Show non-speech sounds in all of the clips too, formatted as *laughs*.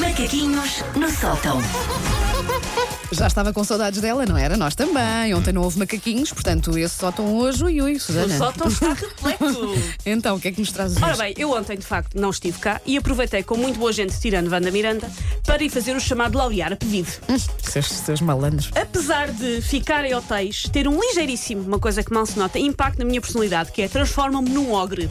Macaquinhos no sótão. Já estava com saudades dela, não era? Nós também. Ontem não houve macaquinhos, portanto, esse sótão hoje, ui, ui, O Susana. *laughs* sótão está repleto. Então, o que é que nos traz hoje? Ora Tá bem, eu ontem de facto não estive cá e aproveitei com muito boa gente, tirando Wanda Miranda, para ir fazer o chamado laurear a pedido. Seus, seus malandros. Apesar de ficar em hotéis, ter um ligeiríssimo, uma coisa que mal se nota, impacto na minha personalidade, que é transforma-me num ogre.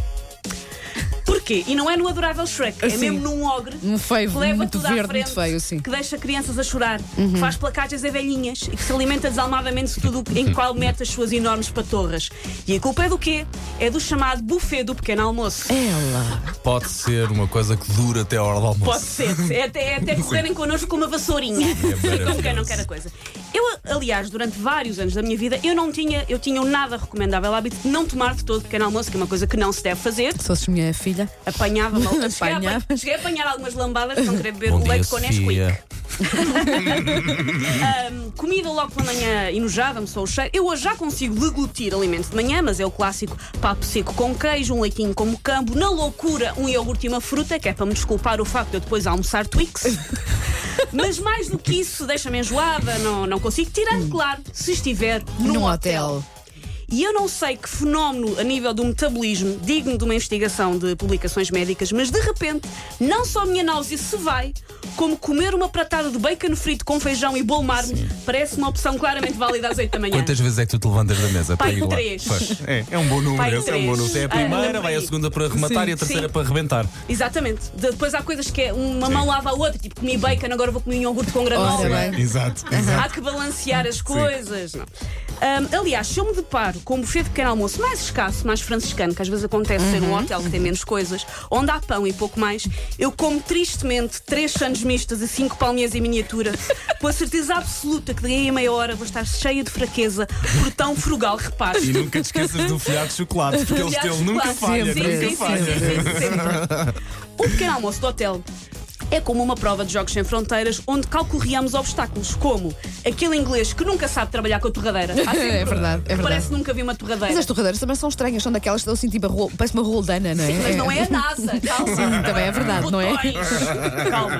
Porquê? E não é no adorável Shrek, é Sim. mesmo num ogre. Um feio que leva muito tudo à verde, frente, muito feio, sim. Uhum. Que deixa crianças a chorar, que faz placagens a velhinhas e que se alimenta desalmadamente de tudo em qual mete as suas enormes patorras. E a culpa é do quê? É do chamado buffet do pequeno É. almoço. Ela. Pode ser uma coisa que dura até a hora do almoço. Pode *laughs* ser. É até, é até correrem connosco com uma vassourinha. com quem não É maravilhoso. quer a coisa. Eu, aliás, durante vários anos da minha vida, eu não tinha, eu tinha um nada recomendável hábito de não tomar de todo pequeno almoço, que é uma coisa que não se deve fazer. Se fosses minha filha. Apanhava mal. Cheguei, *laughs* a Apanhava. apa- cheguei a apanhar algumas lambadas de não querer beber Bom o dia, leite com Nesquik. Sofia. Comida logo pela manhã enojava-me só o cheiro. Eu hoje já consigo deglutir alimento de manhã, mas é o clássico papo seco com queijo, um leitinho com mocambo, na loucura um iogurte e uma fruta, que é para me desculpar o facto de eu depois almoçar Twix. Mas mais do que isso, deixa-me enjoada, não, não consigo. Tirando, claro, se estiver num, Num hotel. E eu não sei que fenómeno a nível do metabolismo digno de uma investigação de publicações médicas, mas de repente, não só a minha náusea se vai, como comer uma pratada de bacon frito com feijão e bolo mármore parece uma opção claramente válida às 8 da manhã. Quantas vezes é que tu te levantas da mesa Pai, para ir lá? três. Pois, É, é um bom número. Pai, é um três. bom número. É a Ah, primeira, não vai a sei. segunda para rematar Sim. e a terceira Sim. para arrebentar. Exatamente. De- Depois há coisas que é uma mão lava a outra, tipo comi bacon, agora vou comer um iogurte com granola. Ora bem. Exato, exato. Há que balancear as coisas. Não. Hum, aliás, se eu me deparo com um buffet de pequeno almoço mais escasso, mais franciscano, que às vezes acontece ser um hotel que tem menos coisas, onde há pão e pouco mais, eu como tristemente três sandes mistas e cinco palminhas em miniatura, com a certeza absoluta que daí a meia hora vou estar cheia de fraqueza por tão frugal repasto. E nunca te esqueças do folhado de chocolate, porque ele, Aliás, um ele nunca claro, falha, é? sim, nunca sim, sim, falha. sim, sim, sim. *laughs* O pequeno almoço do hotel é como uma prova de Jogos Sem Fronteiras onde calcorreamos obstáculos, como aquele inglês que nunca sabe trabalhar com a torradeira. Há *laughs* sempre- É verdade, é verdade. Ah, Parece que nunca vi uma torradeira. Mas as torradeiras também são estranhas, são daquelas que dão assim tipo a rol... parece uma roldana, não é? Mas não é a NASA, calma. Sim, também é verdade, não é? *laughs* Botões. Calma.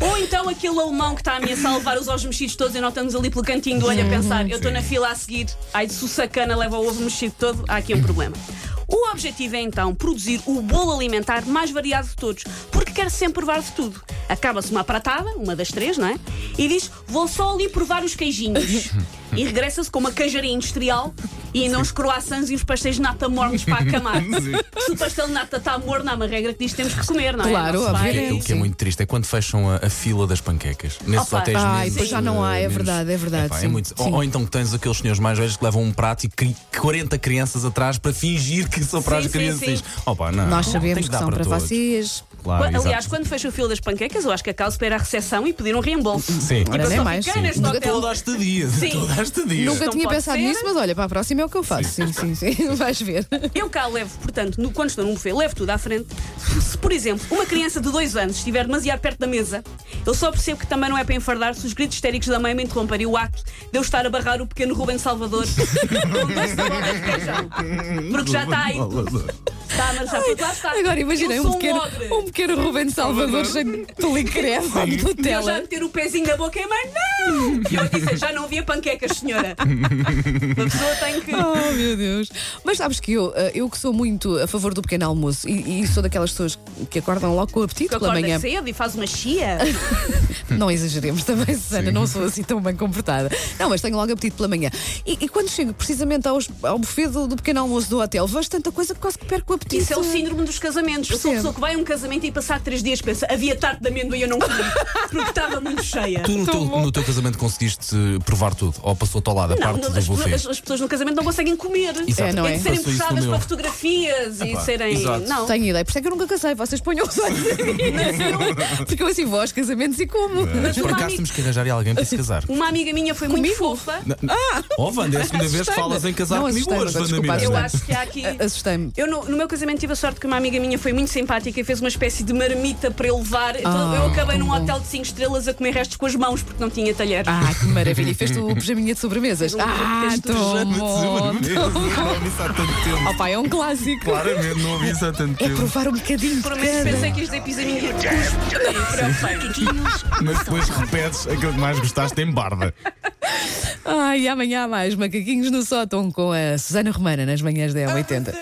Ou então aquele alemão que está a ameaçar levar os ovos mexidos todos e nós estamos ali pelo cantinho do olho a pensar, eu estou na fila a seguir, ai se o sacana leva o ovo mexido todo, há aqui um problema. O objetivo é então produzir o bolo alimentar mais variado de todos, porque quer sempre provar de tudo. Acaba-se uma pratada, uma das três, não é? E diz: Vou só ali provar os queijinhos. E regressa-se com uma queijaria industrial e ainda uns croissants e uns pastéis de nata mornos para acamar. Se o pastel de nata está morno, há uma regra que diz que temos que comer, não é? Claro, Não se vai- obviamente. O que é muito triste é quando fecham a, a fila das panquecas. Nesses Opa. hotéis Ai, menos, depois já não há, é menos- verdade, é verdade, Epá, sim, muito- ou- sim. Ou, então tens aqueles senhores mais velhos que levam um prato e cri- 40 crianças atrás para fingir que são para Sim, as sim, crianças. sim. Opa, não, Nós tem sabemos que, dar são para, todos. vocês. Claro, Ah, Aliás, exato. quando fecha o fio das panquecas, eu acho que a causa era a recessão e pedir um reembolso. *laughs* Sim. Ora, nem só mais. fiquei neste Nunca- hotel. Toda esta dia. Sim. Toda esta dia. Nunca Não tinha pode pensado ser. nisso, mas olha, para a próxima é o que eu faço. Sim, sim, sim. *laughs* Vais ver. Eu cá levo, portanto, no- quando estou num buffet, levo tudo à frente. Se, por exemplo, uma criança de dois anos estiver demasiado perto da mesa, eu só percebo que também não é para enfardar se os gritos histéricos da mãe me interromperem o ato de eu estar a barrar o pequeno *laughs* Rubem Salvador com dois sabolas de feijão. Porque já está aí. Tá, Está a marchar, porque lá está. Agora imaginei Ah, Eu um sou pequeno, ogre. um pequeno Rubem de Salvador cheio de policreve de E eu já a Nutella. meter o pezinho na boca e a mãe, não! E eu disse, já não havia *laughs* panquecas, senhora. Uma pessoa tem que. Oh meu Deus! Mas sabes que eu, eh, eu que sou muito a favor do pequeno almoço e, e sou daquelas pessoas que acordam logo com o apetite Que pela acorda manhã. cedo e faz *laughs* uma chia. Não exageremos também, Susana, não sou assim tão bem comportada. Não, mas tenho logo apetite pela manhã. E, e quando chego precisamente aos- ao buffet do, do pequeno almoço do hotel, vejo tanta coisa que quase que perco o apetite. Isso é o síndrome dos casamentos. Eu sou a pessoa que vai a um casamento e passar três dias pensa, havia tarte de amêndoa e eu não *laughs* comi, porque estava muito cheia. Tu no teu, no teu casamento conseguiste provar tudo? Ou passou-te ao lado a Não, parte do as, buffet? as- as pessoas no casamento não conseguem comer. Exato. É, não Tem é? de serem Passou isso no puxadas meu. para fotografias e Epá, serem. exato. Não. Tenho ideia, por isso é que eu nunca casei, vocês ponham os olhos em mim, não? Porque eu assim vou aos casamentos e como. Mas por uma acaso amiga- temos que arranjar aí alguém para se casar. Uma amiga minha foi muito Comigo? fofa. Oh, Wanda, é a segunda vez que Assustei-me. falas em casar Não, comigo assustei-me, hoje, Wanda desculpa, Miranda. Eu Bastante. acho que há *laughs* aqui. A- Assustei-me. Eu no, no meu casamento tive a sorte que uma amiga minha foi muito simpática e fez Ah, uma espécie de marmita para eu levar. Então, eu acabei num hotel de 5 estrelas a comer restos com as mãos porque não tinha colher. Ah, que maravilha. E fez tu o pijaminha de sobremesas. Não, Ah, fez um tão pijama bom. Não ouvi isso há tanto Oh, tempo. pá, é um clássico. Claramente não ouvi isso há tanto É tempo. provar um bocadinho. Por de menos cada. pensei que é ias dizer pisaninha de custo. Macaquinhos Mas depois repetes aquilo que mais gostaste em barba. Ai, amanhã há mais macaquinhos no sótão com a Susana Romana nas manhãs da 80